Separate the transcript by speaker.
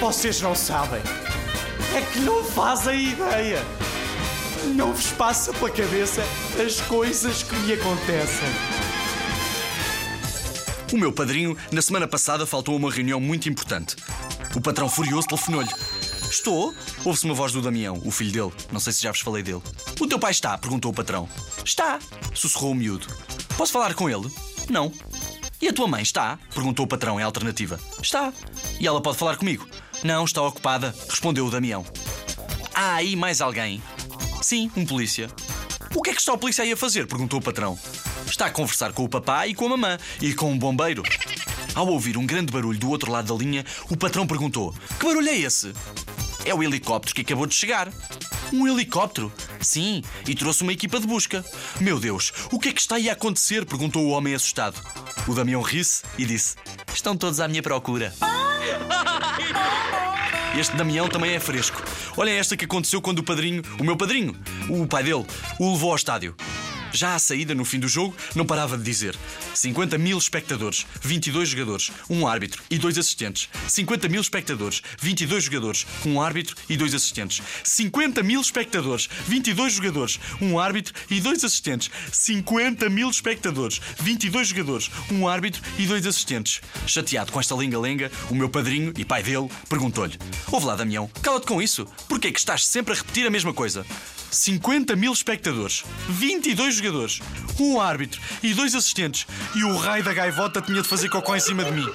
Speaker 1: Vocês não sabem. É que não fazem ideia. Não vos passa pela cabeça as coisas que me acontecem.
Speaker 2: O meu padrinho, na semana passada, faltou a uma reunião muito importante. O patrão furioso telefonou-lhe. Estou? Ouve-se uma voz do Damião, o filho dele. Não sei se já vos falei dele. O teu pai está? perguntou o patrão. Está, sussurrou o miúdo. Posso falar com ele? Não. E a tua mãe está? perguntou o patrão em alternativa. Está. E ela pode falar comigo? Não, está ocupada, respondeu o Damião. Há aí mais alguém? Sim, um polícia. O que é que está o polícia aí a fazer? perguntou o patrão. Está a conversar com o papá e com a mamã e com um bombeiro. Ao ouvir um grande barulho do outro lado da linha, o patrão perguntou: Que barulho é esse? É o helicóptero que acabou de chegar. Um helicóptero? Sim, e trouxe uma equipa de busca. Meu Deus, o que é que está aí a acontecer? perguntou o homem assustado. O Damião ri-se e disse: Estão todos à minha procura. Este Damião também é fresco. Olhem esta que aconteceu quando o padrinho, o meu padrinho, o pai dele, o levou ao estádio. Já à saída, no fim do jogo, não parava de dizer: 50 mil espectadores, 22 jogadores, um árbitro e dois assistentes. 50 mil espectadores, 22 jogadores, um árbitro e dois assistentes. 50 mil espectadores, 22 jogadores, um árbitro e dois assistentes. 50 mil espectadores, 22 jogadores, um árbitro e dois assistentes. Chateado com esta lenga-lenga, o meu padrinho e pai dele perguntou-lhe: Ouve lá, Damião, cala-te com isso. Porquê é que estás sempre a repetir a mesma coisa? 50 mil espectadores, 22 jogadores, um árbitro e dois assistentes. E o raio da gaivota tinha de fazer cocó em cima de mim.